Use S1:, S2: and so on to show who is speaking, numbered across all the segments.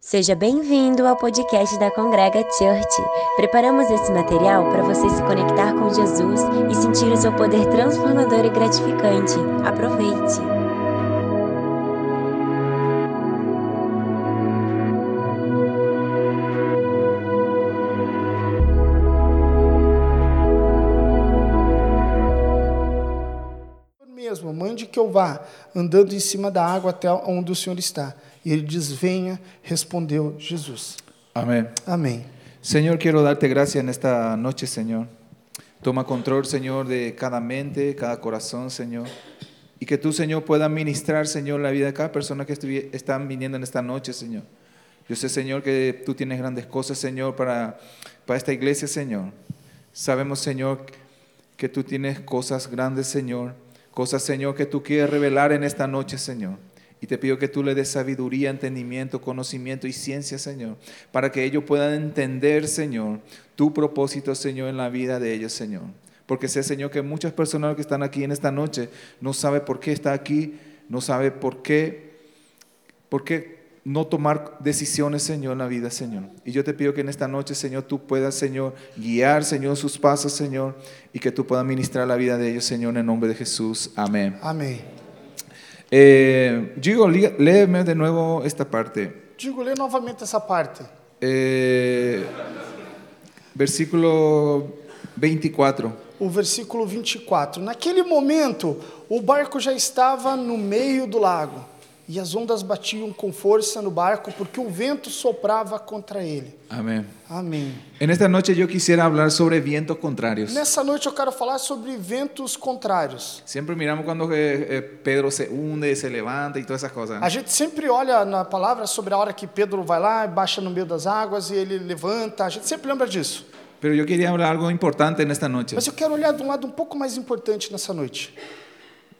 S1: Seja bem-vindo ao podcast da Congrega Church. Preparamos esse material para você se conectar com Jesus e sentir o seu poder transformador e gratificante. Aproveite!
S2: mesmo, mande que eu vá andando em cima da água até onde o Senhor está. E ele diz: Venha, respondeu Jesus.
S3: Amén.
S2: Amém.
S3: Señor, quiero darte gracias en esta noche, Señor. Toma control, Señor, de cada mente, cada corazón, Señor. Y que tú, Señor, puedas ministrar, Señor, la vida de cada persona que estuvi- están viniendo en esta noche, Señor. Yo sé, Señor, que tú tienes grandes cosas, Señor, para, para esta iglesia, Señor. Sabemos, Señor, que tú tienes cosas grandes, Señor. Cosas, Señor, que tú quieres revelar en esta noche, Señor. Y te pido que tú le des sabiduría, entendimiento, conocimiento y ciencia, Señor, para que ellos puedan entender, Señor, tu propósito, Señor, en la vida de ellos, Señor. Porque sé, Señor, que muchas personas que están aquí en esta noche no saben por qué está aquí, no saben por qué ¿Por qué no tomar decisiones, Señor, en la vida, Señor? Y yo te pido que en esta noche, Señor, tú puedas, Señor, guiar, Señor, sus pasos, Señor, y que tú puedas ministrar la vida de ellos, Señor, en el nombre de Jesús. Amén.
S2: Amém.
S3: Eh, Gigo, lí- léeme de nuevo esta parte.
S2: Digo, lê novamente essa parte.
S3: Eh, versículo 24.
S2: O versículo 24. Naquele momento, o barco já estava no meio do lago. E as ondas batiam com força no barco, porque o vento soprava contra ele.
S3: Amén.
S2: Amém.
S3: En esta noche yo quisiera hablar sobre vientos contrarios.
S2: Nessa noite eu quero falar sobre ventos contrários.
S3: Siempre miramos cuando eh, eh, Pedro se hunde, se levanta y todas esas cosas.
S2: A gente sempre olha na palavra sobre a hora que Pedro vai lá e baixa no meio das águas e ele levanta. A gente sempre lembra disso.
S3: Pero yo quería hablar algo importante en esta noche.
S2: Mas eu quero olhar de um lado um pouco mais importante nessa noite,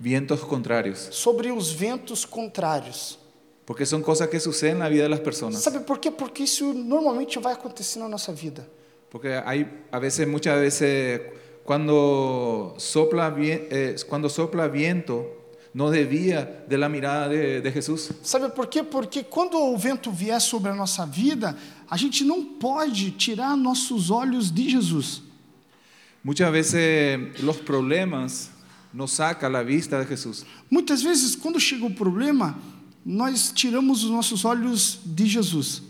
S3: Vientos contrarios.
S2: sobre os ventos contrários.
S3: Porque son cosas que suceden en la vida de las personas.
S2: Sabe por quê? Porque isso normalmente vai acontecer na nossa vida.
S3: Porque hay a veces, muchas veces, cuando sopla, vie- eh, cuando sopla viento, no debía de la mirada de, de Jesús.
S2: Sabe por quê? Porque quando o vento vier sobre a nossa vida, a gente não pode tirar nossos olhos de Jesus.
S3: Muchas veces los problemas nos saca la vista de Jesús.
S2: Muitas vezes, quando chega o problema, nós tiramos os nossos olhos de Jesus.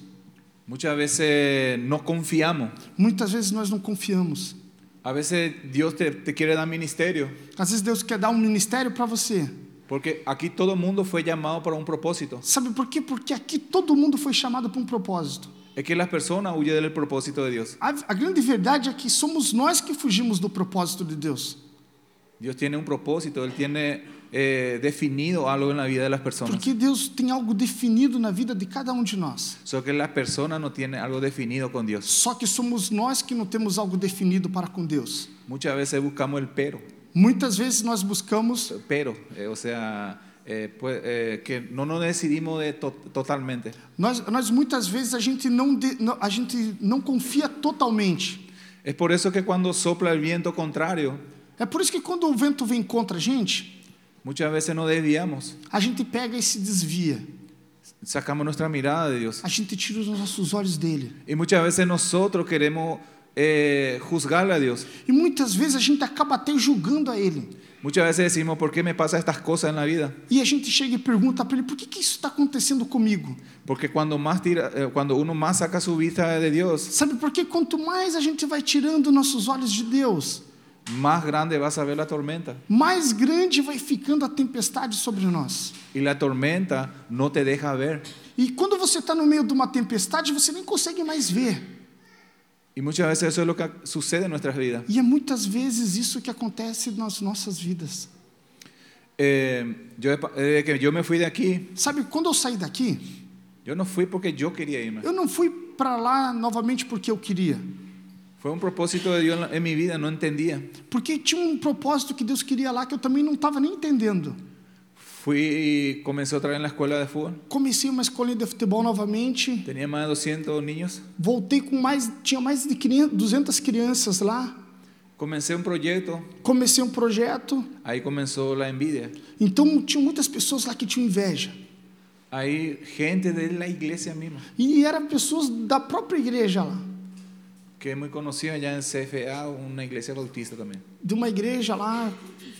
S3: Muchas veces no confiamos.
S2: Muitas vezes nós não confiamos.
S3: A veces Dios te, te quiere dar ministerio.
S2: Às vezes Deus quer dar um ministério para você.
S3: Porque aquí todo el mundo fue llamado para un propósito.
S2: Sabe por quê? Porque aqui todo mundo foi chamado para um propósito.
S3: Es que las personas huyen del propósito de Dios.
S2: A, a grande verdade é que somos nós que fugimos do propósito de Deus.
S3: Dios tiene un propósito, Él tiene eh, definido algo en la vida de las personas.
S2: Porque Deus tem algo definido na vida de cada um de nós.
S3: Solo que las personas no tienen algo definido con Dios.
S2: Só que somos nós que não temos algo definido para com Deus.
S3: Muchas veces buscamos el pero,
S2: Muitas vezes nós buscamos,
S3: pero, eh, o sea, eh, pues, eh, que no nos decidimos de to- totalmente.
S2: nós, nós muitas vezes a gente não, de- não- a gente não confia totalmente.
S3: Es por eso que cuando sopla el viento contrario,
S2: É por isso que quando o vento vem contra a gente,
S3: muchas veces nos desviamos,
S2: a gente pega e se desvia.
S3: sacamos nuestra mirada de Dios.
S2: A gente tira os nossos olhos dele.
S3: Y muchas veces nosotros queremos eh, juzgarle a Dios.
S2: E muitas vezes a gente acaba até julgando a ele.
S3: Muchas veces decimos, ¿por qué me pasan estas cosas en la vida?
S2: E a gente chega e pergunta para ele: por que, que isso está acontecendo comigo?
S3: Porque cuando, más tira, eh, cuando uno más saca su vista de Dios,
S2: Sabe por que quanto mais a gente vai tirando nossos olhos de Deus,
S3: más grande vas a ver la tormenta.
S2: mais grande vai ficando a tempestade sobre nós.
S3: Y la tormenta no te deja ver.
S2: E quando você está no meio de uma tempestade, você nem consegue mais ver.
S3: Y muchas veces eso es lo que sucede en nuestras vidas.
S2: E é muitas vezes isso que acontece nas nossas vidas.
S3: Eh, yo, he pa- eh, desde que yo me fui de aquí,
S2: Sabe, quando eu saí daqui,
S3: yo no fui porque yo quería irme.
S2: eu não fui para lá novamente porque eu queria,
S3: Fue un propósito de Dios en, la- en mi vida, no entendía.
S2: porque tinha um propósito que Deus queria lá que eu também não estava nem entendendo.
S3: Fui y comencé otra vez en la escuela de fútbol.
S2: Comecei uma escolinha de futebol novamente,
S3: Tenía más de 200 niños.
S2: voltei com mais, tinha mais de 500, 200 crianças lá,
S3: Comencé un proyecto,
S2: comecei um projeto,
S3: ahí comenzó la envidia.
S2: então tinha muitas pessoas lá que tinham inveja.
S3: Hay gente de la iglesia misma,
S2: E eram pessoas da própria igreja lá,
S3: que es muy conocida ya en CFA, una iglesia bautista también.
S2: de uma igreja lá,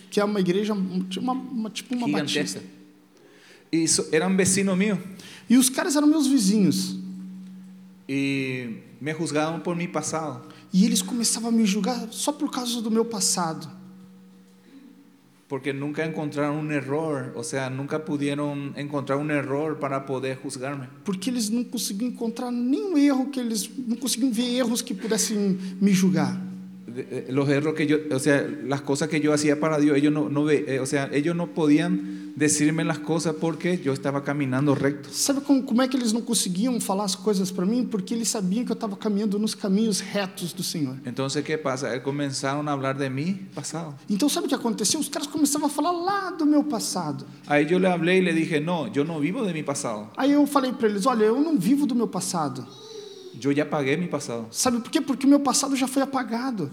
S2: que é uma igreja, uma, uma- tipo uma
S3: Gigantesca.
S2: batista.
S3: Y so- eran vecinos míos.
S2: E os caras eram meus vizinhos.
S3: Y me juzgaban por mi pasado,
S2: E eles começavam a me julgar só por causa do meu passado.
S3: porque nunca encontraron un error, o sea, nunca pudieron encontrar un error para poder juzgarme.
S2: Porque eles não conseguiam encontrar nenhum erro que eles. não conseguiam ver erros que pudessem me julgar.
S3: De- de- Los errores que yo, o sea, las cosas que yo hacía para Dios, ellos no, no ve, eh, o sea, ellos no podían decirme las cosas porque yo estaba caminando recto.
S2: Sabe como, como é que eles não conseguiam falar as coisas para mim? Porque eles sabiam que eu estava caminhando nos caminhos retos do Senhor.
S3: Entonces, ¿qué pasa? Eh, Comenzaron a hablar de mi pasado.
S2: Então, sabe o que aconteceu? Os caras começavam a falar lá do meu passado.
S3: Ahí yo le hablé y le dije, no, yo no vivo de mi pasado.
S2: Aí eu falei para eles: olha, eu não vivo do meu passado.
S3: Yo ya pagué mi pasado.
S2: Sabe por quê? Porque o meu passado já foi apagado.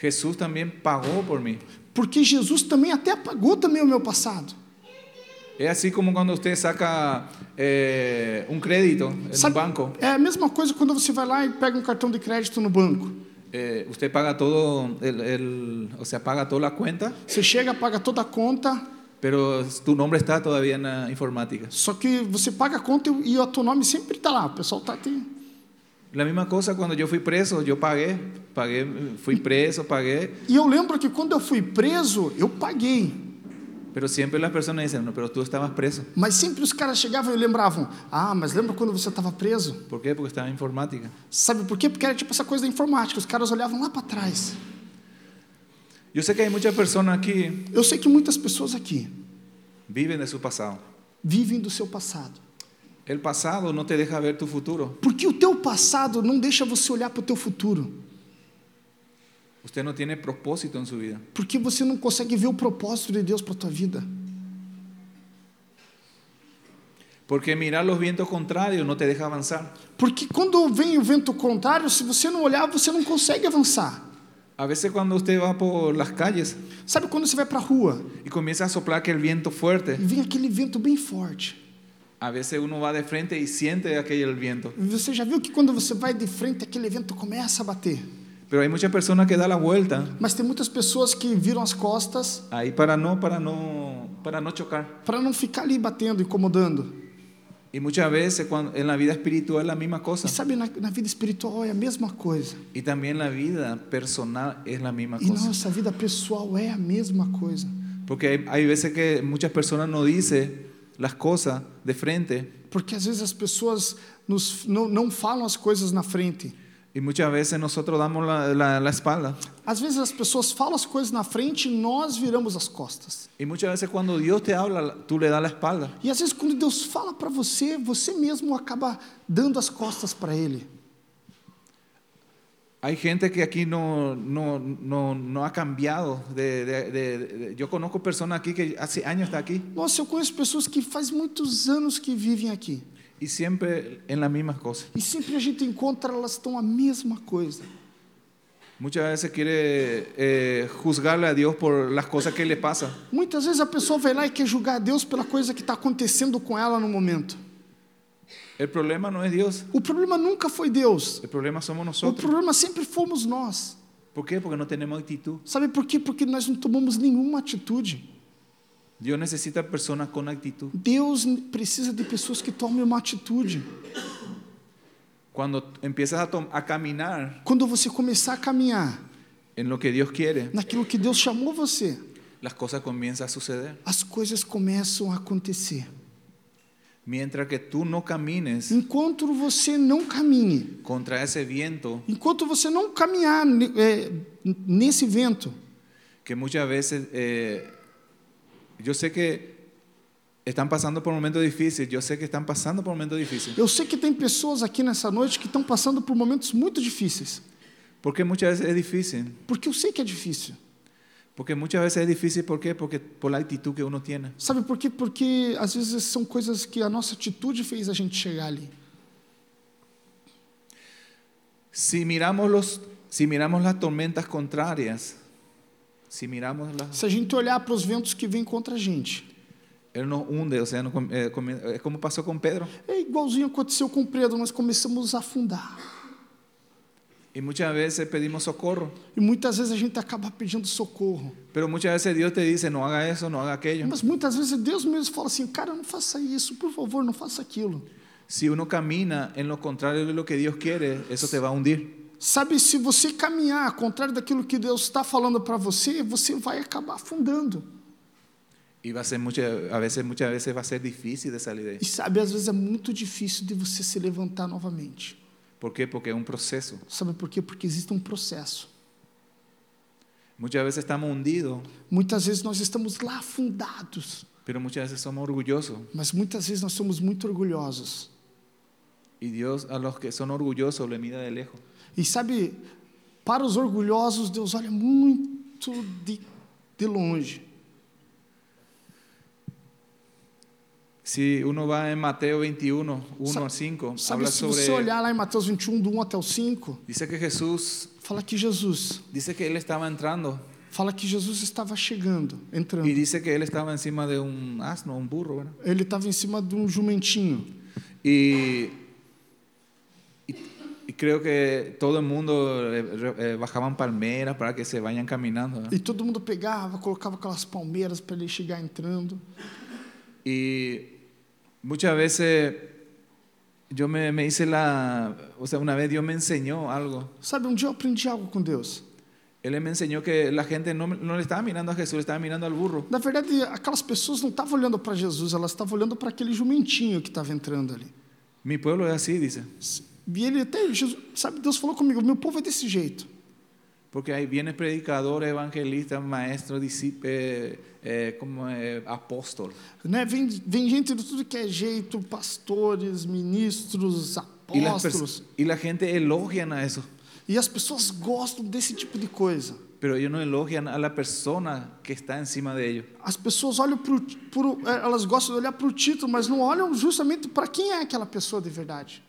S3: Jesús también pagó por mí.
S2: Porque Jesus também até apagou também o meu passado.
S3: Es así como cuando usted saca eh, un crédito en
S2: Sabe-
S3: un banco,
S2: É a mesma coisa quando você vai lá e pega um cartão de crédito no banco.
S3: eh, usted paga todo, el, el- o sea, paga toda la cuenta,
S2: Você chega, paga toda a conta,
S3: pero tu nombre está todavía en la informática.
S2: só que você paga a conta e o teu nome sempre está lá. O pessoal tá aqui.
S3: La misma cosa cuando yo fui preso, yo pagué, pagué, fui preso, pagué,
S2: E eu lembro que quando eu fui preso, eu paguei.
S3: pero siempre las personas dicen, no, pero tú estabas preso.
S2: Mas sempre os caras chegavam e lembravam: Ah, mas lembra quando você estava preso?
S3: ¿Por quê? Porque estaba en informática.
S2: Sabe por quê? Porque era tipo essa coisa da informática. Os caras olhavam lá para trás.
S3: Yo sé que hay muchas personas aquí
S2: Eu sei que muitas pessoas aqui
S3: viven de su pasado.
S2: vivem do seu passado.
S3: El pasado no te deja ver tu futuro.
S2: Porque o teu passado não deixa você olhar para o teu futuro.
S3: Usted no tiene propósito en su vida.
S2: Porque você não consegue ver o propósito de Deus para tua vida.
S3: Porque mirar los vientos contrarios no te deja avanzar.
S2: Porque quando vem o vento contrário, se você não olhar, você não consegue avançar.
S3: A veces cuando usted va por las calles
S2: Sabe quando você vai para a rua
S3: y comienza a soplar aquel viento
S2: e
S3: fuerte,
S2: vem aquele vento bem forte?
S3: a veces uno va de frente y siente aquel viento.
S2: Você já viu que quando você vai de frente, aquele vento começa a bater?
S3: Pero hay muchas personas que dan la vuelta
S2: Mas tem muitas pessoas que viram as costas
S3: ahí para no, para no, para no chocar.
S2: para não ficar ali batendo, incomodando.
S3: Y muchas veces cuando, en la vida espiritual es la misma
S2: E
S3: cosa.
S2: sabe, na, na vida espiritual é a mesma coisa.
S3: Y también la vida personal es la misma
S2: E
S3: cosa.
S2: nossa vida pessoal é a mesma coisa.
S3: Porque hay, hay veces que muchas personas no dicen las cosas de frente
S2: Porque às vezes as pessoas nos, não, não falam as coisas na frente.
S3: y muchas veces nosotros damos la, la- la espalda.
S2: Às vezes as pessoas falam as coisas na frente e nós viramos as costas.
S3: Y muchas veces cuando Dios te habla, tú le das la espalda.
S2: E às vezes quando Deus fala para você, você mesmo acaba dando as costas para Ele.
S3: Hay gente que aquí no, no, no, no ha cambiado. De, de- de- de- yo conozco personas aquí que hace años está aquí
S2: Nossa, eu conheço pessoas que faz muitos anos que vivem aqui.
S3: y siempre en las mismas cosas.
S2: E sempre a gente encontra, elas estão a mesma coisa.
S3: Muchas veces quiere eh, juzgarle a Dios por las cosas que le pasan.
S2: Muitas vezes a pessoa vai lá e quer julgar a Deus pela coisa que está acontecendo com ela no momento.
S3: El problema no es Dios,
S2: O problema nunca foi Deus.
S3: el problema somos
S2: O
S3: nosotros.
S2: problema sempre fomos nós.
S3: ¿Por qué? Porque no tenemos actitud.
S2: Sabe por quê? Porque nós não tomamos nenhuma atitude.
S3: Dios necesita personas con actitud.
S2: Deus precisa de pessoas que tomem uma atitude.
S3: Cuando empiezas a, tom- a caminar
S2: Quando você começar a caminhar
S3: en lo que Dios quiere,
S2: naquilo que Deus chamou você,
S3: las cosas comienzan a suceder.
S2: as coisas começam a acontecer.
S3: Mientras que tú no camines
S2: Enquanto você não caminhe,
S3: contra ese viento
S2: enquanto você não caminhar ne- é, n- nesse vento,
S3: que muchas veces eh, yo sé que están pasando por momentos difíciles, yo sé que están pasando por momentos difíciles,
S2: Eu sei que tem pessoas aqui nessa noite que estão passando por momentos muito difíceis,
S3: porque muchas veces es difícil,
S2: porque eu sei que é difícil.
S3: porque muchas veces es difícil, ¿por qué? Porque por la actitud que uno tiene.
S2: Sabe por quê? Porque às vezes são coisas que a nossa atitude fez a gente chegar ali.
S3: Si miramos los, si miramos las tormentas contrarias, si miramos las,
S2: Se a gente olhar para os ventos que vêm contra a gente,
S3: Él nos hunde, o sea, no com- eh, comi- eh, como pasó con Pedro.
S2: É igualzinho aconteceu com Pedro, nós começamos a afundar.
S3: Y muchas veces pedimos socorro,
S2: E muitas vezes a gente acaba pedindo socorro.
S3: pero muchas veces Dios te dice, no haga eso, no haga aquello.
S2: Mas muitas vezes Deus mesmo fala assim: cara, não faça isso, por favor, não faça aquilo.
S3: Si uno camina en lo contrario de lo que Dios quiere, eso te va a hundir.
S2: Sabe, se você caminhar ao contrário daquilo que Deus está falando para você, você vai acabar afundando.
S3: Y va a ser muchas, a veces, muchas veces va a ser difícil de salir de ahí.
S2: E sabe, às vezes é muito difícil de você se levantar novamente.
S3: ¿Por qué? Porque es un proceso.
S2: Sabe por quê? Porque existe um processo.
S3: Muchas veces estamos hundidos,
S2: Muitas vezes nós estamos lá afundados,
S3: pero muchas veces somos orgullosos.
S2: mas muitas vezes nós somos muito orgulhosos.
S3: Y Dios a los que son orgullosos le mira de lejos.
S2: E sabe, para os orgulhosos, Deus olha muito de, de longe.
S3: Si uno va en Mateo 21, 1 al 5,
S2: Sabe,
S3: habla
S2: se você
S3: sobre...
S2: olhar lá em Mateus 21, do 1 até o 5,
S3: Dice que Jesús,
S2: fala que Jesus,
S3: dice que él estaba entrando
S2: fala que Jesus estava chegando, entrando.
S3: y dice que él estaba encima de un asno, un burro, ¿verdad?
S2: Ele estava em cima de um jumentinho.
S3: Y, y- y creo que todo el mundo eh, re- eh, bajaban palmeras para que se vayan caminando. ¿no?
S2: E todo mundo pegava, colocava aquelas palmeiras para ele chegar entrando.
S3: Y muchas veces yo me, me hice la... O sea, una vez Dios me enseñó algo.
S2: Sabe, um dia eu aprendi algo com Deus.
S3: Él me enseñó que la gente no, no le estaba mirando a Jesús, le estaba mirando al burro.
S2: Na verdade, aquelas pessoas não estavam olhando para Jesus, elas estavam olhando para aquele jumentinho que estava entrando ali.
S3: Mi pueblo es así, dice.
S2: E ele até, Jesus, sabe, Deus falou comigo, meu povo é desse jeito.
S3: Porque ahí viene predicador, evangelista, maestro, discípulo, como eh, apóstol.
S2: Né? Vem, vem gente de tudo que é jeito, pastores, ministros,
S3: Y, las pers-
S2: apóstolos.
S3: y la gente elogian a eso,
S2: E as pessoas gostam desse tipo de coisa.
S3: pero ellos no elogian a la persona que está encima de ellos.
S2: As pessoas olham pro, pro, eh, elas gostam de olhar para o título, mas não olham justamente para quem é aquela pessoa de verdade.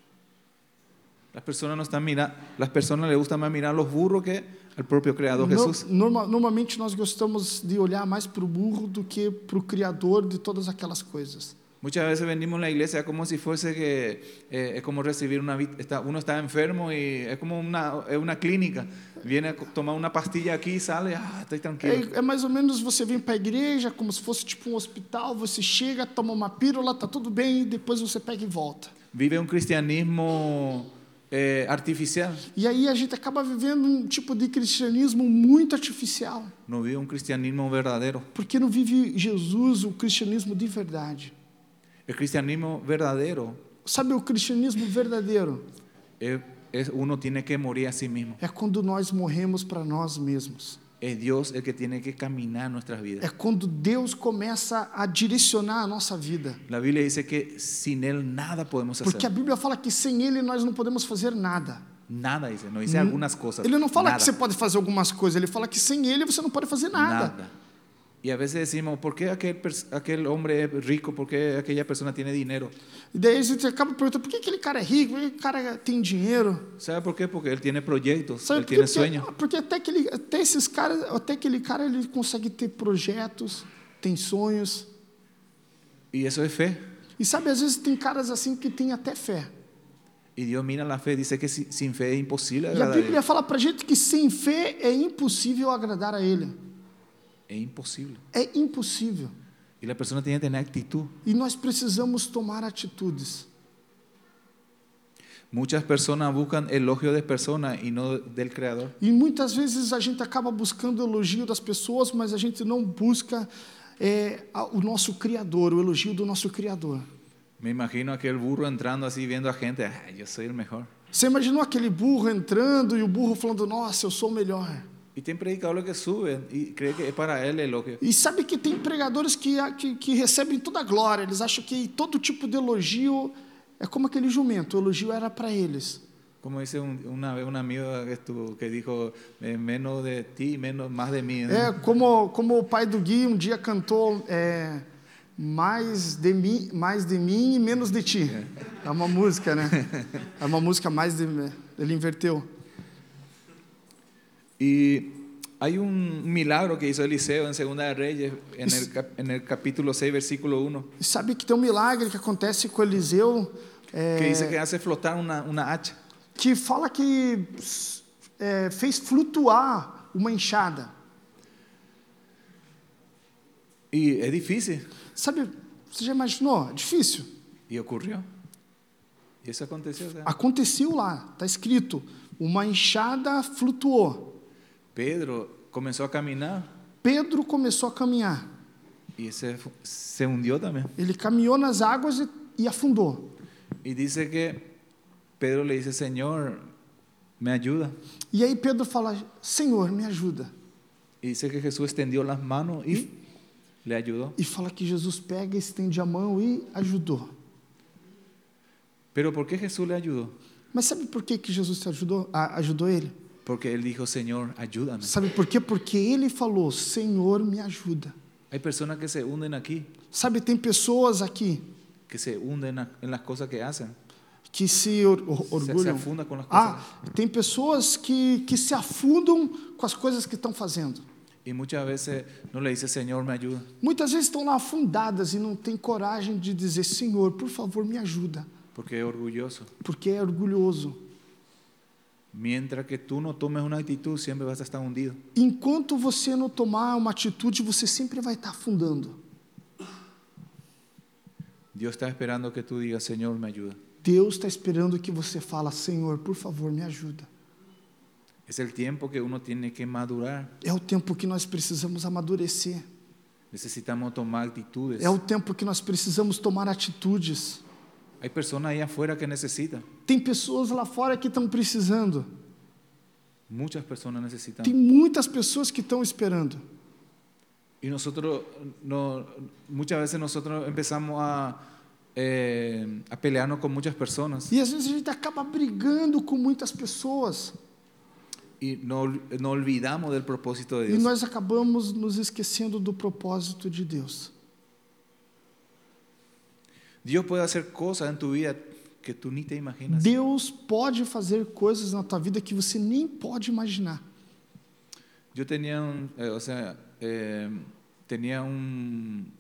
S3: Las personas no están mira, las personas les gusta más mirar a los burros que al propio creador
S2: No-
S3: Jesús.
S2: norma- normalmente nós gostamos de olhar mais para o burro do que para o criador de todas aquelas coisas.
S3: Muchas veces venimos a la iglesia como si fuese que eh, es como recibir una vi- está- uno está enfermo y es como una, es una clínica. Viene a co- tomar una pastilla aquí, sale, ah, estoy tranquilo.
S2: É, é mais ou menos você vem para a igreja como se fosse tipo um hospital, você chega, toma uma pílula, tá tudo bem, e depois você pega e volta.
S3: Vive un cristianismo eh, artificial,
S2: E aí a gente acaba vivendo um tipo de cristianismo muito artificial,
S3: no vive un cristianismo verdadero.
S2: porque não vive Jesus, o cristianismo de verdade.
S3: El cristianismo verdadero
S2: Sabe o cristianismo verdadeiro?
S3: es, es uno tiene que morir a sí mismo.
S2: É quando nós morremos para nós mesmos.
S3: Es Dios el que tiene que caminar nuestras
S2: É
S3: vidas.
S2: quando Deus começa a direcionar a nossa vida.
S3: La Biblia dice que sin Él nada podemos
S2: Porque a
S3: hacer.
S2: Bíblia fala que sem Ele nós não podemos fazer nada.
S3: Nada dice, no dice algunas cosas.
S2: Ele não fala
S3: nada.
S2: que você pode fazer algumas coisas, ele fala que sem Ele você não pode fazer nada.
S3: Y a veces decimos, ¿por qué aquel, pers- aquel hombre es rico? ¿Por qué aquella persona tiene dinero?
S2: E daí a gente acaba perguntando por que aquele cara é rico, por que aquele cara tem dinheiro.
S3: ¿Sabe por qué? Porque él tiene proyectos,
S2: Sabe
S3: él
S2: por quê?
S3: tiene
S2: porque,
S3: sueños.
S2: porque até, aquele, até esses caras, até aquele cara ele consegue ter projetos, tem sonhos.
S3: Y eso es fe.
S2: E sabe, às vezes tem caras assim que têm até fé.
S3: Y Dios mira la fe, dice que si- sin fe es imposible
S2: E a
S3: agradar a
S2: Bíblia
S3: Dios.
S2: fala pra gente que sem fé é impossível agradar a Ele.
S3: Es imposible.
S2: É impossível.
S3: Y la persona tiene que tener actitud.
S2: E nós precisamos tomar atitudes.
S3: Muchas personas buscan elogio de personas y no del Creador.
S2: E muitas vezes a gente acaba buscando elogio das pessoas, mas a gente não busca é, a- o nosso Criador, o elogio do nosso Criador.
S3: Me imagino aquel burro entrando así viendo a gente, "Ah, yo soy el mejor.
S2: Você imaginou aquele burro entrando e o burro falando: Nossa, eu sou o melhor.
S3: Y tienen predicadores que suben y cree que es para él el elogio.
S2: E sabe que tem pregadores que, a- que, que recebem toda a glória, eles acham que todo tipo de elogio é como aquele jumento, o elogio era para eles.
S3: Como dice un- una vez una amiga que, estuvo- que dijo, eh, menos de ti, menos, más de mí. ¿no?
S2: É como, como o pai do Gui um dia cantou é, mais, de mim, mais de mim e menos de ti. É uma música, né? É uma música mais de. Ele inverteu.
S3: Y Hay un milagro que hizo Eliseo en Segunda de Reyes, en el, cap- en el capítulo 6, versículo 1,
S2: E sabe que tem um milagre que acontece com Eliseu, é,
S3: que dice que hace flotar una, una hacha.
S2: que fala que ps, é, fez flutuar uma enxada.
S3: Y es difícil.
S2: Sabe, você já imaginou? É difícil.
S3: Y ocurrió. Y eso aconteció. o sea,
S2: Ah. Aconteceu lá, está escrito, uma enxada flutuou.
S3: Pedro comenzó a caminar
S2: Pedro começou a caminhar.
S3: y se, fu- se hundió también.
S2: Ele caminhou nas águas e, e afundou.
S3: Y dice que Pedro le dice, Señor, me ayuda.
S2: E aí Pedro fala: Senhor, me ajuda.
S3: Y dice que Jesús extendió las manos y le ayudó.
S2: E fala que Jesus pega, estende a mão e ajudou.
S3: Pero ¿por qué Jesús le ayudó?
S2: Mas sabe por que, que Jesus te ajudou? A- ajudou ele?
S3: Porque él dijo, Señor, ayúdame.
S2: Sabe por quê? Porque ele falou: Senhor, me ajuda.
S3: Hay personas que se hunden aquí,
S2: Sabe, tem pessoas aqui
S3: que se hunden a- en las cosas que hacen.
S2: que se or, or- orgulham.
S3: afunda com as
S2: ah, tem pessoas que, que se afundam com as coisas que estão fazendo.
S3: Y muchas veces no le dice, Señor, me ayuda.
S2: Muitas vezes estão lá afundadas e não têm coragem de dizer: Senhor, por favor, me ajuda,
S3: Porque es orgulloso.
S2: porque é orgulhoso.
S3: Mientras que tú no tomes una actitud, siempre vas a estar hundido.
S2: Enquanto você não tomar uma atitude, você sempre vai estar afundando.
S3: Dios está esperando que tú digas, Señor, me ayuda.
S2: Deus está esperando que você fala: Senhor, por favor, me ajuda.
S3: Es el tiempo que uno tiene que madurar.
S2: É o tempo que nós precisamos amadurecer.
S3: Necesitamos tomar actitudes.
S2: É o tempo que nós precisamos tomar atitudes.
S3: Hay personas ahí afuera que necesitan.
S2: Tem pessoas lá fora que estão precisando.
S3: Muchas personas necesitan.
S2: Tem muitas pessoas que estão esperando.
S3: Y nosotros, no, muchas veces nosotros empezamos a, eh, a pelearnos con muchas personas
S2: E às vezes a gente acaba brigando com muitas pessoas
S3: y no, no olvidamos del propósito de
S2: e
S3: Dios.
S2: nós acabamos nos esquecendo do propósito de Deus.
S3: Dios puede hacer cosas en tu vida que tú ni te imaginas.
S2: Deus pode fazer coisas na tua vida que você nem pode imaginar.
S3: Yo tenía un, eh, o sea, eh, tenía un,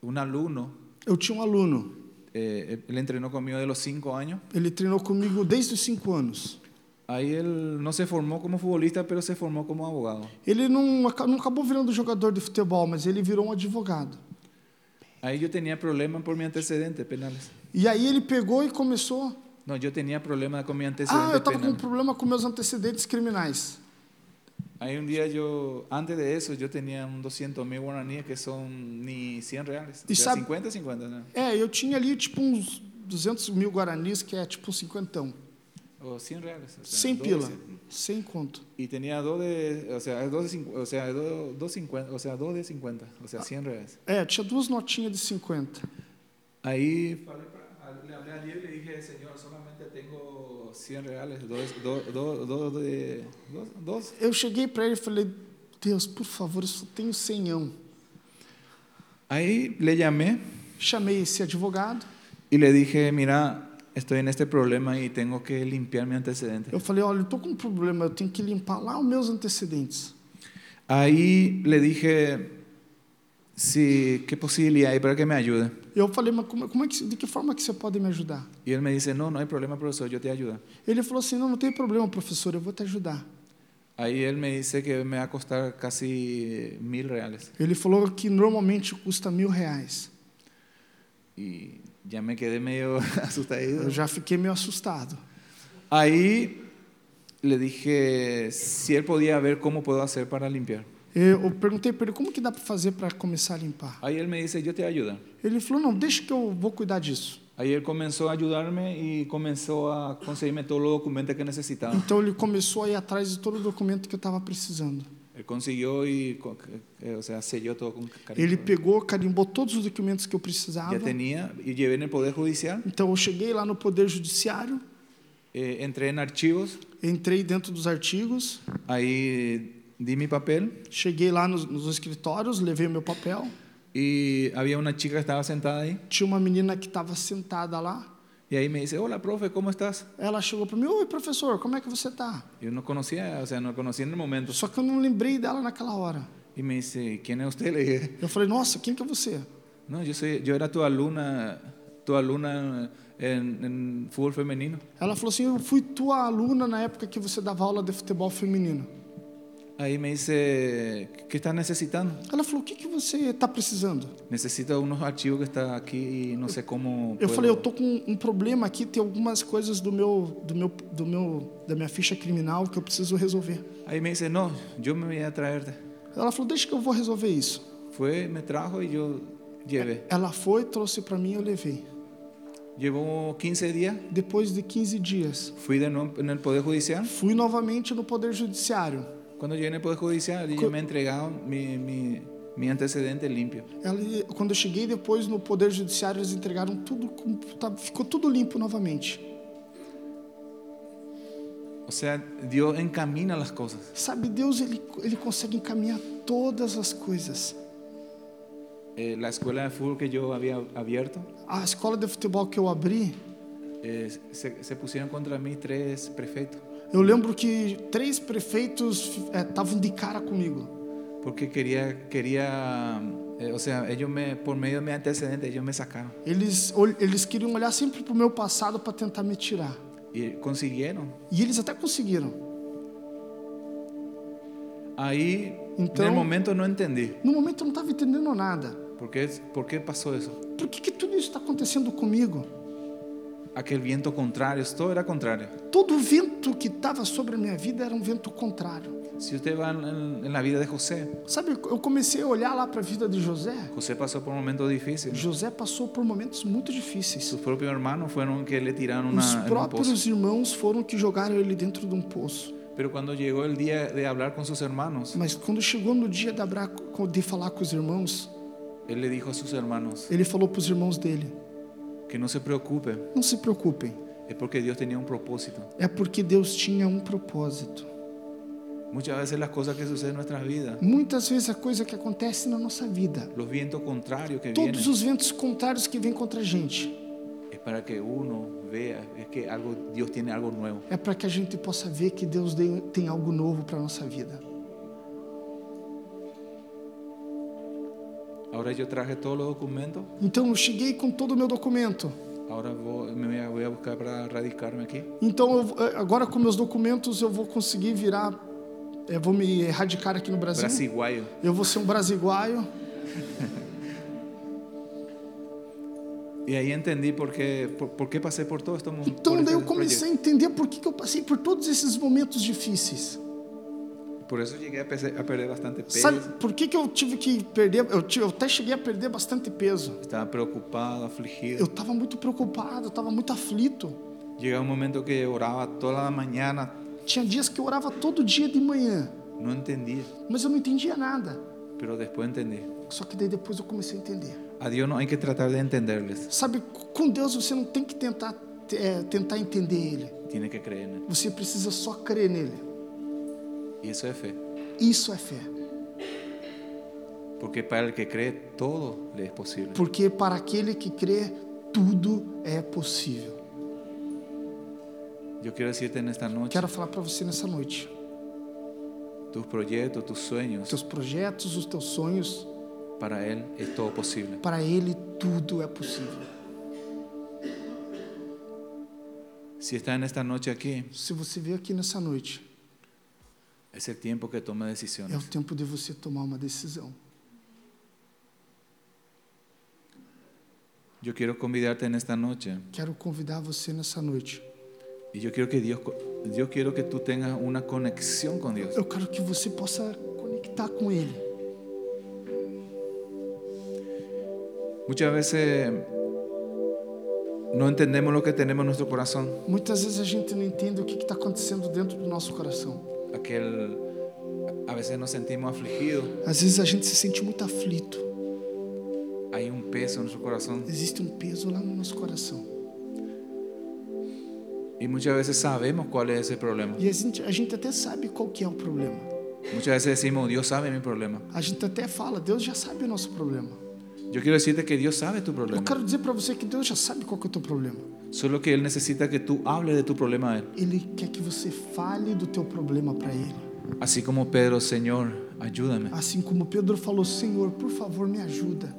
S3: un alumno,
S2: Eu tinha um aluno,
S3: eh, él entrenó conmigo de los cinco años.
S2: ele treinou comigo desde os cinco anos.
S3: Ahí él no se formó como futbolista, pero se formó como abogado.
S2: Ele não, aca- não acabou virando jogador de futebol, mas ele virou um advogado.
S3: Ahí yo tenía problemas por mi antecedente penales.
S2: E aí ele pegou e começou.
S3: No, yo tenía problemas con mi antecedente
S2: Ah, eu estava com um
S3: penal.
S2: problema com meus antecedentes criminais.
S3: Ahí un día yo, antes de eso, yo tenía un 200 mil guaraníes que son ni 100 reales.
S2: Y
S3: O sea,
S2: sab-
S3: 50, 50, ¿no?
S2: É, eu tinha ali tipo uns 200 mil guaranis, que é tipo um cinquentão.
S3: O 100 reales. o sea,
S2: 100
S3: dos
S2: pila,
S3: de
S2: 100
S3: cien.
S2: conto.
S3: Y tenía dos de, o sea, dos de, cincu- o sea, dos, dos cincuenta, o sea, dos de 50, o sea, 100 reales.
S2: É, eu tinha duas notinhas de 50.
S3: Ahí falé pra- le hablé a Dios y le dije, Señor, solamente tengo 100 reales, dos, dos, dos, dos de, dos, dos.
S2: Eu cheguei para ele e falei, Deus, por favor, eu só tenho 100.
S3: Ahí le llamé
S2: Chamei esse advogado.
S3: y le dije, mira, estoy en este problema y tengo que limpiar mi antecedente.
S2: Eu falei, olha, eu tô com um problema, eu tenho que limpar lá os meus antecedentes.
S3: Ahí le dije, sí, ¿qué posibilidad hay para que me ayude?
S2: Eu falei, mas como, como é que, de que forma que você pode me ajudar?
S3: Y él me dice, no, no hay problema, profesor, yo te ayudo.
S2: Ele falou assim, não, não tem problema, professor, eu vou te ajudar.
S3: Ahí él me dice que me va a costar casi mil reales.
S2: Ele falou que normalmente custa mil reais.
S3: Y ya me quedé medio asustado.
S2: Eu já fiquei meio assustado.
S3: Ahí le dije si él podía ver cómo puedo hacer para limpiar.
S2: Eu eu perguntei para ele como que dá para fazer para começar a limpar.
S3: Ahí él me dice, yo te ayudo.
S2: Ele falou: "Não, deixa que eu vou cuidar disso".
S3: Ahí él comenzó a ayudarme y comenzó a conseguirme todos los documentos que necesitaba.
S2: Então ele começou a ir atrás de todo o documento que eu estava precisando.
S3: Él consiguió y, co- eh, o sea, selló todo con cariño.
S2: Ele pegou, carimbou todos os documentos que eu precisava.
S3: Ya tenía y llevé en el Poder Judicial,
S2: Então eu cheguei lá no Poder Judiciário,
S3: eh, entré en archivos,
S2: entrei dentro dos artigos,
S3: ahí eh, di mi papel
S2: cheguei lá nos, nos escritórios, levei meu papel.
S3: y había una chica que estaba sentada ahí
S2: Tinha uma menina que estava sentada lá.
S3: Y ahí me dice, hola, profe, ¿cómo estás?
S2: Ela chegou para mim, oi professor, como é que você está?
S3: Yo no conocía, o sea, no conocía en el momento.
S2: Só que eu não lembrei dela naquela hora.
S3: Y me dice, ¿quién es usted? Le dije,
S2: Eu falei, nossa, quem que é você?
S3: no, yo, soy, yo era tu alumna, tu alumna en, en fútbol femenino.
S2: Ela falou assim, eu fui tua aluna na época que você dava aula de futebol feminino.
S3: Ahí me dice, ¿qué estás necesitando?
S2: Ela falou, o que, que você está precisando?
S3: Necesito unos archivos que están aquí y no sé cómo...
S2: Eu
S3: puedo".
S2: falei, eu tô com um problema aqui, tem algumas coisas do meu, do meu, do meu, da minha ficha criminal que eu preciso resolver.
S3: Ahí me dice, no, yo me voy a traerte.
S2: Ela falou, deixa que eu vou resolver isso.
S3: Fue, me trajo y yo llevé.
S2: Ela foi, trouxe para mim, eu levei.
S3: Llevó 15 días,
S2: Depois de 15 dias,
S3: fui de nuevo en el Poder Judicial.
S2: fui novamente no Poder Judiciário.
S3: Cuando llegué en el Poder Judicial,
S2: Co-
S3: yo me he entregado mi, mi, mi antecedente limpio.
S2: Ela, quando eu cheguei depois no Poder Judiciário, eles entregaram tudo, com- tá- ficou tudo limpo novamente.
S3: O sea, Dios encamina las cosas.
S2: Sabe, Deus, ele, ele consegue encaminhar todas as coisas.
S3: Eh, la escuela de fútbol que yo había abierto,
S2: A escola de futebol que eu abri,
S3: eh, se, se pusieron contra mí tres prefectos
S2: eu lembro que três prefeitos estavam de cara comigo.
S3: porque quería, quería eh, o sea, ellos me, por medio de mi antecedente, ellos me sacaron.
S2: Eles, ol- eles queriam olhar sempre para o meu passado para tentar me tirar.
S3: Y consiguieron.
S2: E eles até conseguiram.
S3: Ahí, en
S2: Entonces-
S3: el momento no entendí.
S2: No momento eu não estava entendendo nada.
S3: ¿Por qué, ¿Por qué pasó eso?
S2: Por que, que tudo isso está acontecendo comigo?
S3: Aquel viento contrario, todo era contrario.
S2: Todo o vento que estava sobre a minha vida era um vento contrário.
S3: Si usted va en, en la vida de José,
S2: Sabe, eu comecei a olhar lá para a vida de José.
S3: José pasó por momentos difíciles.
S2: José passou por momentos muito difíceis.
S3: Sus propios hermanos fueron que le tiraron
S2: Os
S3: una, en un pozo.
S2: próprios irmãos foram que jogaram ele dentro de um poço.
S3: Pero cuando llegó el día de hablar con sus hermanos,
S2: Mas quando chegou no dia de, abra- de falar com os irmãos,
S3: él le dijo a sus hermanos
S2: ele falou para os irmãos dele:
S3: que no se preocupen,
S2: Não se preocupem,
S3: es porque Dios tenía un propósito.
S2: é porque Deus tinha um propósito.
S3: Muchas veces las cosas que suceden en nuestras vidas,
S2: Muitas vezes a coisa que acontece na nossa vida,
S3: los vientos contrarios que
S2: todos
S3: vienen,
S2: os ventos contrários que vêm contra a gente,
S3: es para que uno vea es que algo, Dios tiene algo nuevo.
S2: é para que a gente possa ver que Deus deu- tem algo novo para nossa vida.
S3: Ahora yo traje todos los documentos,
S2: Então eu cheguei com todo o meu documento.
S3: ahora voy- me voy a- voy a buscar para radicarme aquí.
S2: Então eu, eh, agora com meus documentos eu vou conseguir virar, eh, vou me erradicar aqui no Brasil.
S3: Brasiguayo.
S2: Eu vou ser um brasiguaio.
S3: Y ahí entendí por qué, por, por qué pasé por este todo esto.
S2: Então daí eu comecei a entender por que, que eu passei por todos esses momentos difíceis.
S3: Por eso llegué a, pese- a perder bastante peso.
S2: Sabe por que, que eu tive que perder? Eu, tive, eu até cheguei a perder bastante peso.
S3: Estaba preocupado, afligido.
S2: Eu estava muito preocupado, eu estava muito aflito.
S3: Llegaba un momento que oraba toda la mañana,
S2: Tinha dias que eu orava todo dia de manhã,
S3: no entendía,
S2: mas eu não entendia nada.
S3: pero después entendí.
S2: Só que daí depois eu comecei a entender.
S3: A Dios no hay que tratar de entenderles,
S2: Sabe, com Deus você não tem que tentar, eh, tentar entender Ele.
S3: tiene que creer en Él.
S2: Você precisa só crer nele.
S3: Y eso es fe,
S2: Isso é fé.
S3: porque para el que cree todo le es posible.
S2: Porque para aquele que crê, tudo é possível.
S3: Yo quiero decirte en esta noche,
S2: Quero falar para você nessa noite.
S3: tus proyectos, tus sueños,
S2: Teus projetos, os teus sonhos,
S3: para Él es todo posible.
S2: para ele tudo é possível.
S3: Si estás en esta noche aquí,
S2: Se você veio aqui nessa noite,
S3: es el tiempo que toma
S2: é o
S3: decisiones.
S2: tempo de você tomar uma decisão.
S3: Yo quiero convidarte en esta noche
S2: Quero convidar você nessa noite.
S3: y yo quiero que Dios, co- yo quiero que tú tengas una conexión con Dios.
S2: Eu quero que você possa conectar com ele.
S3: Muchas veces no entendemos lo que tenemos en nuestro corazón,
S2: Muitas vezes a gente não entende o que está acontecendo dentro do nosso coração.
S3: aquel a veces nos sentimos afligidos,
S2: Às vezes a gente se sente muito aflito.
S3: hay un peso en nuestro corazón
S2: Existe um peso lá no nosso coração.
S3: y muchas veces sabemos cuál es ese problema.
S2: E a gente, a gente até sabe qual que é o problema.
S3: Muchas veces decimos, Dios sabe mi problema,
S2: A gente até fala, Deus já sabe o nosso problema.
S3: Yo quiero decirte que Dios sabe tu
S2: Eu
S3: problema.
S2: quero dizer para você que Deus já sabe qual que é o teu problema.
S3: Solo que Él necesita que tú hables de tu problema a Él.
S2: Ele quer que você fale do teu problema para ele.
S3: Así como Pedro, Señor, ayúdame.
S2: Assim como Pedro falou, Senhor, por favor, me ajuda.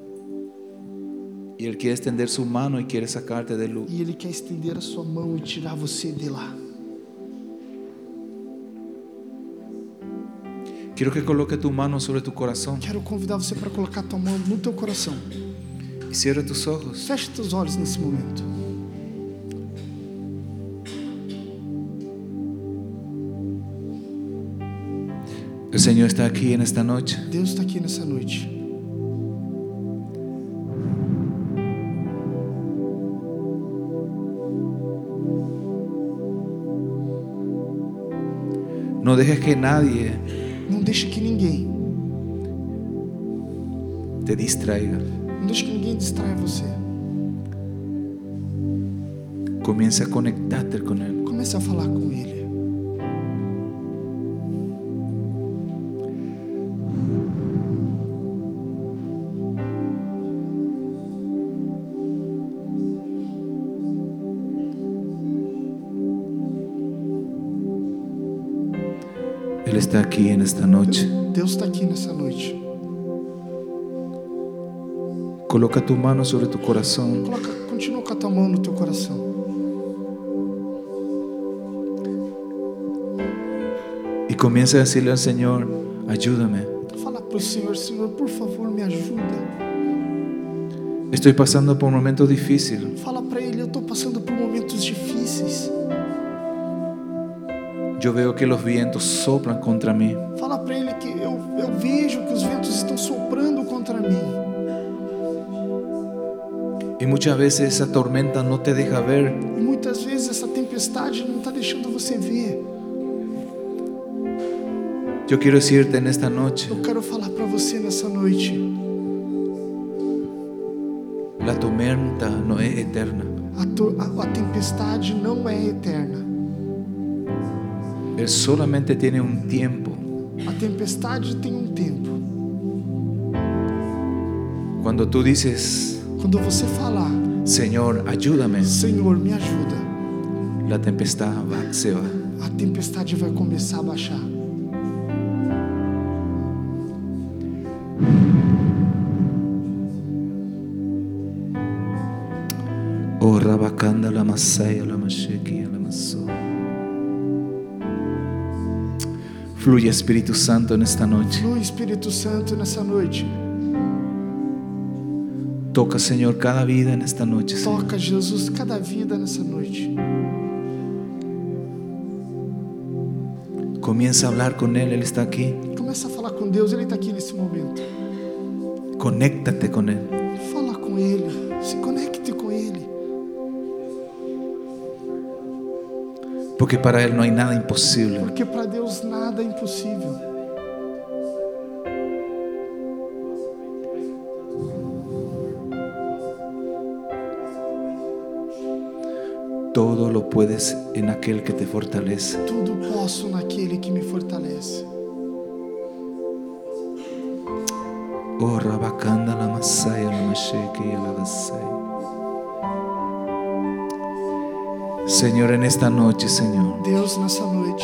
S3: Y Él quiere extender su mano y quiere sacarte del luz.
S2: E ele quer estender a sua mão e tirar você de lá.
S3: Quiero que coloque tu mano sobre tu corazón
S2: Quero convidar você para colocar tua mão no teu coração.
S3: y cierre tus ojos.
S2: Feche teus olhos nesse momento.
S3: El Señor está aquí en esta noche.
S2: Deus está aqui nessa noite.
S3: No dejes que nadie
S2: Não deixe que ninguém,
S3: te distraiga.
S2: não deixe que ninguém distraia você.
S3: Comienza a conectarte con Él.
S2: Comece a falar com ele.
S3: Él está aquí en esta noche.
S2: Deus está aqui nessa noite.
S3: Coloca tu mano sobre tu corazón
S2: Coloca, continua com a tua mão no teu coração
S3: y comienza a decirle al Señor, ayúdame.
S2: Fala para o Senhor, Senhor, por favor, me ajuda.
S3: Estoy pasando por un momento difícil.
S2: Fala para ele, eu estou passando por momentos difíceis.
S3: Yo veo que los vientos soplan contra mí.
S2: Fala para ele que eu, eu vejo que os ventos estão soprando contra mim.
S3: Y muchas veces esa tormenta no te deja ver
S2: E muitas vezes essa tempestade não está deixando você ver.
S3: Yo quiero decirte en esta noche,
S2: Eu quero falar para você nessa noite.
S3: la tormenta no es eterna.
S2: A, to- a- a tempestade não é eterna.
S3: Él solamente tiene un tiempo.
S2: A tempestade tem um tempo.
S3: Cuando tú dices,
S2: Quando você falar,
S3: Señor, ayúdame,
S2: Senhor, me ajuda,
S3: la tempestad va, se va.
S2: a tempestade vai começar a baixar.
S3: Oh, rabacanda la masaya, la mashekia, la maso. Fluye Espíritu Santo en esta noche.
S2: Flui Espírito Santo nessa noite.
S3: Toca, Señor, cada vida en esta noche. Señor.
S2: Toca, Jesus, cada vida nessa noite.
S3: Comienza a hablar con Él, Él está aquí.
S2: Começa a falar com Deus, Ele está aqui nesse momento.
S3: Conéctate con Él.
S2: Fala com Ele, se conecte com Ele.
S3: Porque para Él no hay nada imposible.
S2: Porque para Deus nada é impossível.
S3: Todo lo puedes en aquel que te fortalece.
S2: Tudo posso naquele que me fortalece.
S3: Oh, Rabakanda la Masaya, la Masheke y la Basaya. Señor, en esta noche, Señor,
S2: Deus, nessa noite,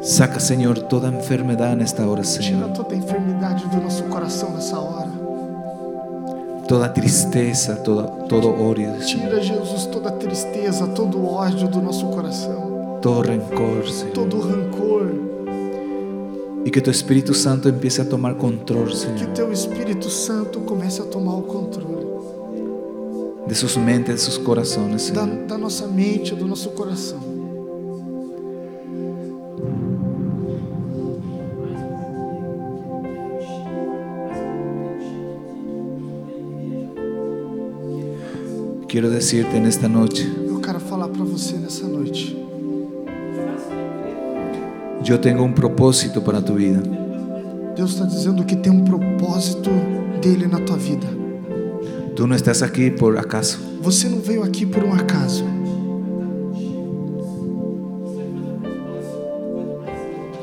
S3: saca, Señor, toda enfermedad en esta hora,
S2: tira
S3: Señor.
S2: toda a enfermidade do nosso coração nessa hora.
S3: Toda tristeza, toda, todo odio, Señor.
S2: Tira, Jesus, toda a tristeza, todo o ódio do nosso coração,
S3: todo rencor, Señor.
S2: todo o rancor.
S3: Y que tu Espíritu Santo empiece a tomar control,
S2: Que
S3: Señor,
S2: teu Espírito Santo comece a tomar o controle
S3: de sus mentes, de sus corazones,
S2: da,
S3: Señor.
S2: da nossa mente, do nosso coração.
S3: Quiero decirte en esta noche,
S2: Eu quero falar para você nessa noite.
S3: yo tengo un propósito para tu vida.
S2: Deus está dizendo que tem um propósito dele na tua vida.
S3: Tú no estás aquí por acaso.
S2: Você não veio aqui por um acaso.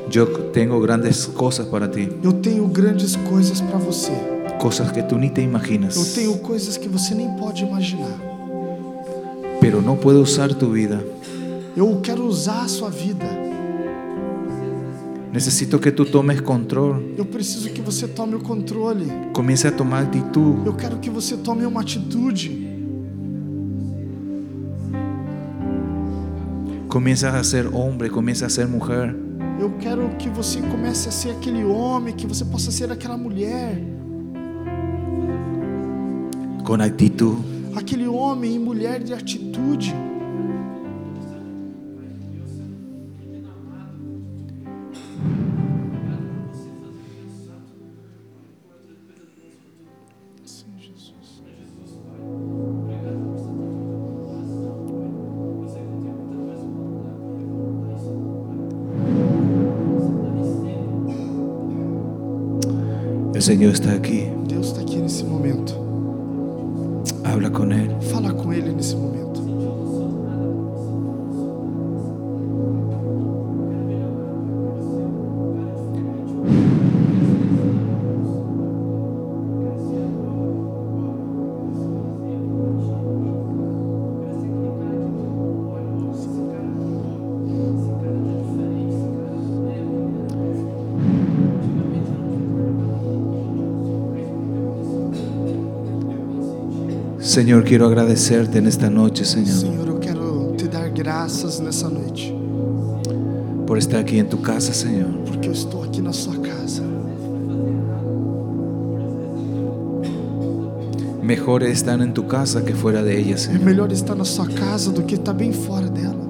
S3: Yo tengo grandes cosas para ti.
S2: Eu tenho grandes coisas para você.
S3: cosas que tú ni te
S2: Eu
S3: imaginas,
S2: tenho coisas que você nem pode imaginar.
S3: pero no puedo usar tu vida.
S2: Eu quero usar a sua vida.
S3: Necesito que tú tomes control.
S2: Eu preciso que você tome o controle.
S3: Comience a tomar actitud.
S2: Eu quero que você tome uma atitude.
S3: Comienzas a ser hombre, comienzas a ser mujer.
S2: Eu quero que você comece a ser aquele homem, que você possa ser aquela mulher,
S3: Con actitud.
S2: aquele homem e mulher de atitude.
S3: El Señor está aquí.
S2: Deus está aqui nesse momento.
S3: Habla con Él.
S2: Fala com Ele nesse momento.
S3: Señor, quiero agradecerte en esta noche, Señor,
S2: Senhor, eu quero te dar graças nessa noite,
S3: por estar aquí en tu casa, Señor.
S2: porque eu estou aqui na sua casa.
S3: Mejor es estar en tu casa que fuera de ella,
S2: É
S3: Señor.
S2: melhor estar na sua casa do que estar bem fora dela.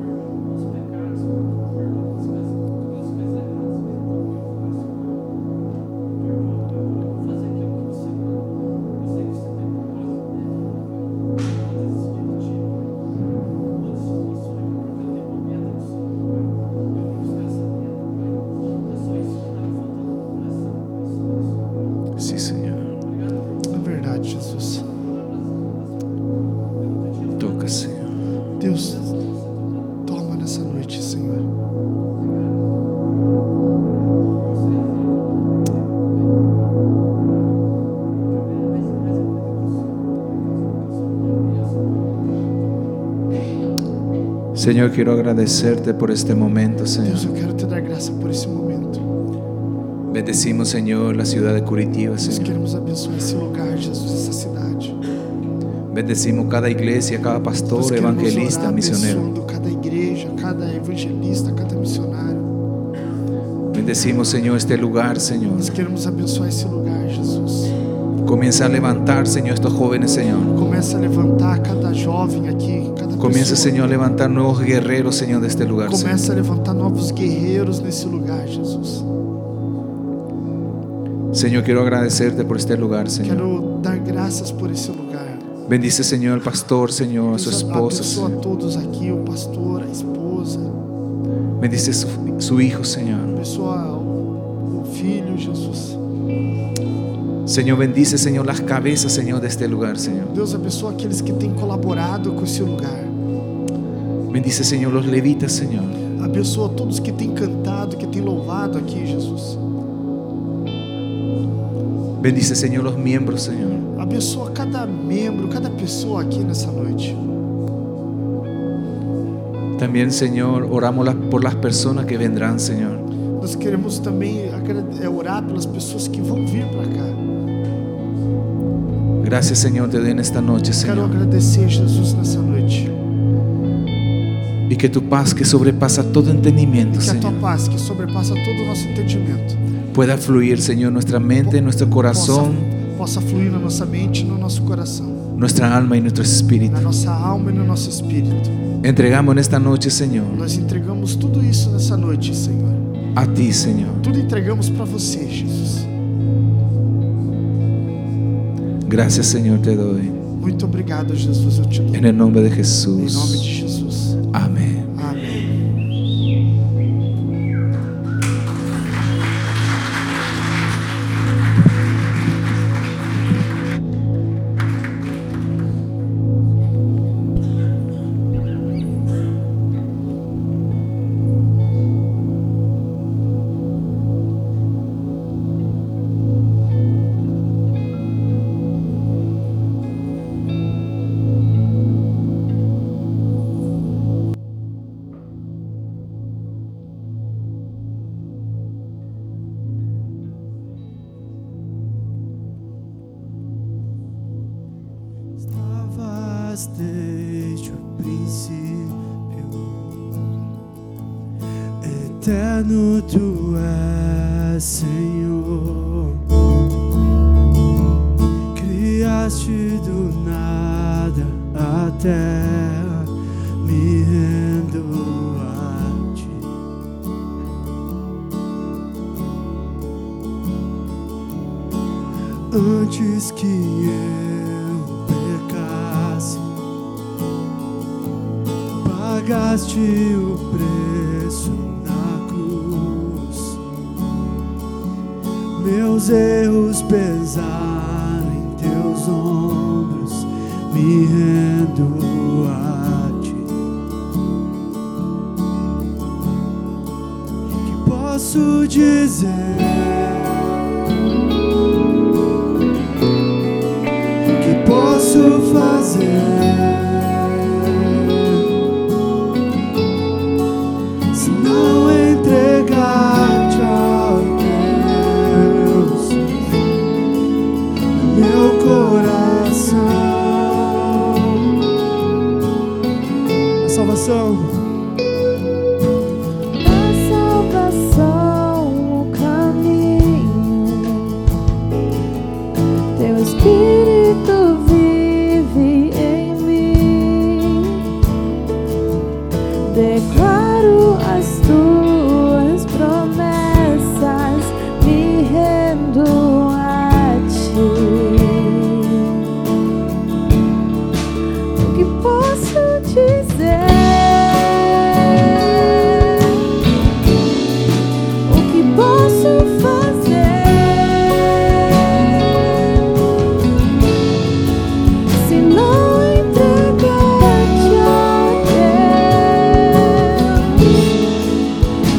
S3: Sí, Señor.
S2: É verdade, Jesus.
S3: Toca, Señor.
S2: Deus, toma nessa noite, Senhor.
S3: Señor, quiero agradecerte por este momento,
S2: Deus,
S3: Señor.
S2: eu quero te dar graça por esse momento.
S3: Bendecimos, Señor, la ciudad de Curitiba,
S2: Nós
S3: Señor.
S2: queremos abençoar esse lugar, Jesus, essa cidade.
S3: Bendecimos cada iglesia, cada
S2: Nós
S3: pastor,
S2: queremos
S3: evangelista,
S2: orar
S3: misionero.
S2: abençoando cada igreja, cada evangelista, cada missionário.
S3: Bendecimos, Señor, este lugar, Señor.
S2: Nós queremos abençoar esse lugar, Jesus.
S3: Comienza a levantar, Señor, estos jóvenes, Señor.
S2: Começa a levantar cada jovem aqui, cada
S3: Comienza,
S2: pessoa.
S3: Señor, a levantar nuevos guerreros, Señor, de este lugar, Señor.
S2: Começa a levantar novos guerreiros nesse lugar, Jesus.
S3: Señor, quiero agradecerte por este lugar, Señor.
S2: Quero dar graças por esse lugar.
S3: Bendice, Señor, al pastor, Señor, a su
S2: Deus
S3: esposa.
S2: abençoa
S3: Señor.
S2: a todos aqui, o pastor, a esposa,
S3: Bendice su, su hijo, Señor.
S2: abençoa o, o filho, Jesus.
S3: Señor, bendice, Señor, las cabezas, Señor, de este lugar, Señor.
S2: Deus abençoa aqueles que têm colaborado com esse lugar.
S3: Bendice, Señor, los levitas, Señor.
S2: Abençoa todos que têm cantado, que têm louvado aqui, Jesus.
S3: Bendice, Señor, los miembros, Señor.
S2: Abençoa cada membro, cada pessoa aqui nessa noite.
S3: También, Señor, oramos las- por las personas que vendrán, Señor.
S2: Nós queremos também agrade- é, orar pelas pessoas que vão vir para cá.
S3: Gracias, Señor, te doy en esta noche,
S2: Quero
S3: Señor.
S2: agradecer Jesus nessa noite.
S3: Y que tu paz, que sobrepasa todo entendimiento,
S2: Que a tua
S3: Señor,
S2: paz, que sobrepassa todo o nosso entendimento,
S3: pueda fluir, Señor, en nuestra mente, en nuestro corazón,
S2: possa, possa fluir na nossa mente, no nosso coração,
S3: nuestra alma y nuestro espíritu.
S2: na nossa alma e no nosso espírito.
S3: Entregamos en esta noche, Señor,
S2: Nós entregamos tudo isso nessa noite, Senhor.
S3: a ti, Señor.
S2: Tudo entregamos para você, Jesus.
S3: Gracias, Señor, te doy.
S2: Muito obrigado, Jesus. Eu te dou.
S3: En el nombre
S2: Em
S3: de
S2: nome de
S3: Jesús.
S2: Jesus.
S3: Amén.
S2: Amém.
S4: eterno tu és, Senhor. Criaste do nada a terra, me rendo a ti. Antes que eu pecasse, pagaste o preço na cruz. Meus erros pesaram em teus ombros, me rendo a ti. Que posso dizer? Que posso fazer? se não entregar-te ao Deus, meu coração, a salvação.
S5: A salvação, o caminho. Teu Espírito vive em mim. Declaro as tuas promessas, me rendo a ti. O que posso dizer? O que posso fazer? Se não entregar-te a Deus,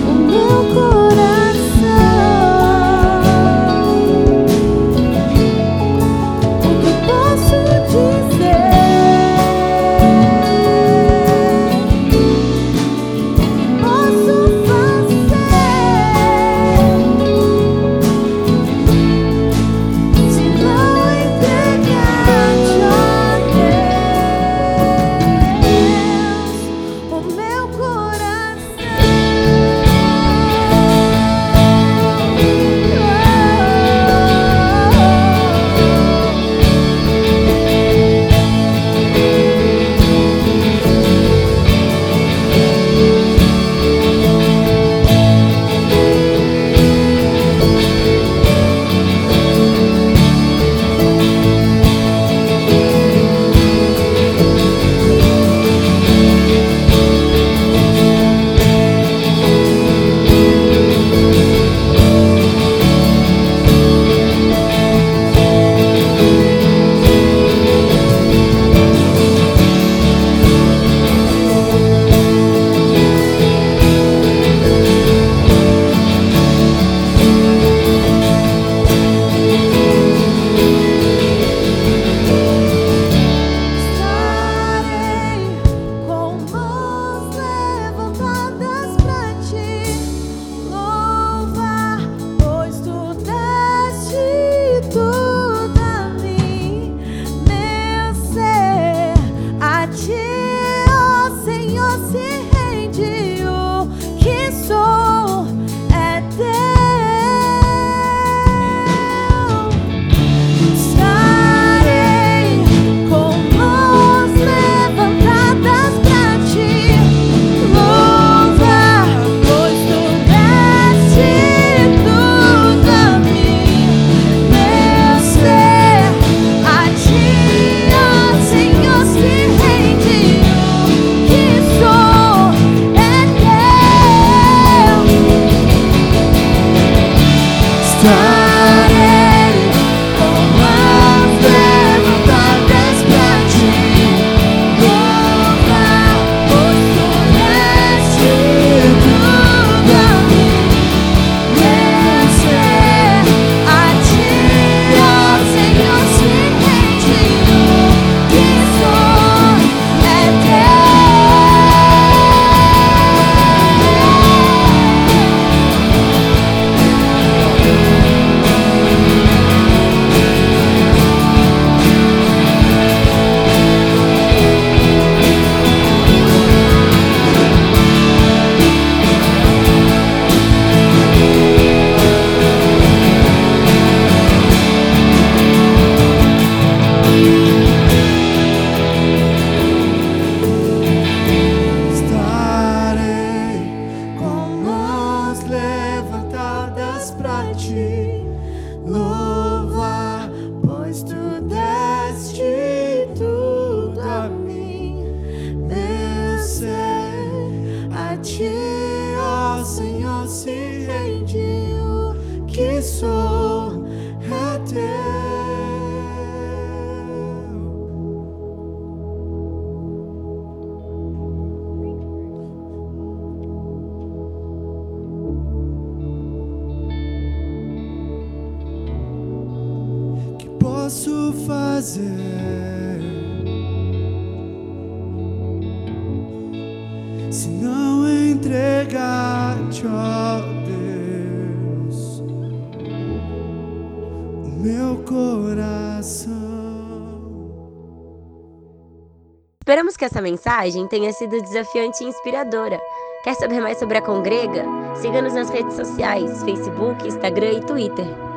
S5: é é
S4: ti, ó Senhor, se rende o que sou é teu. Que posso fazer? se não entregar-te, ó Deus, o meu coração.
S1: Esperamos que essa mensagem tenha sido desafiante e inspiradora. Quer saber mais sobre a Congrega? Siga-nos nas redes sociais, Facebook, Instagram e Twitter.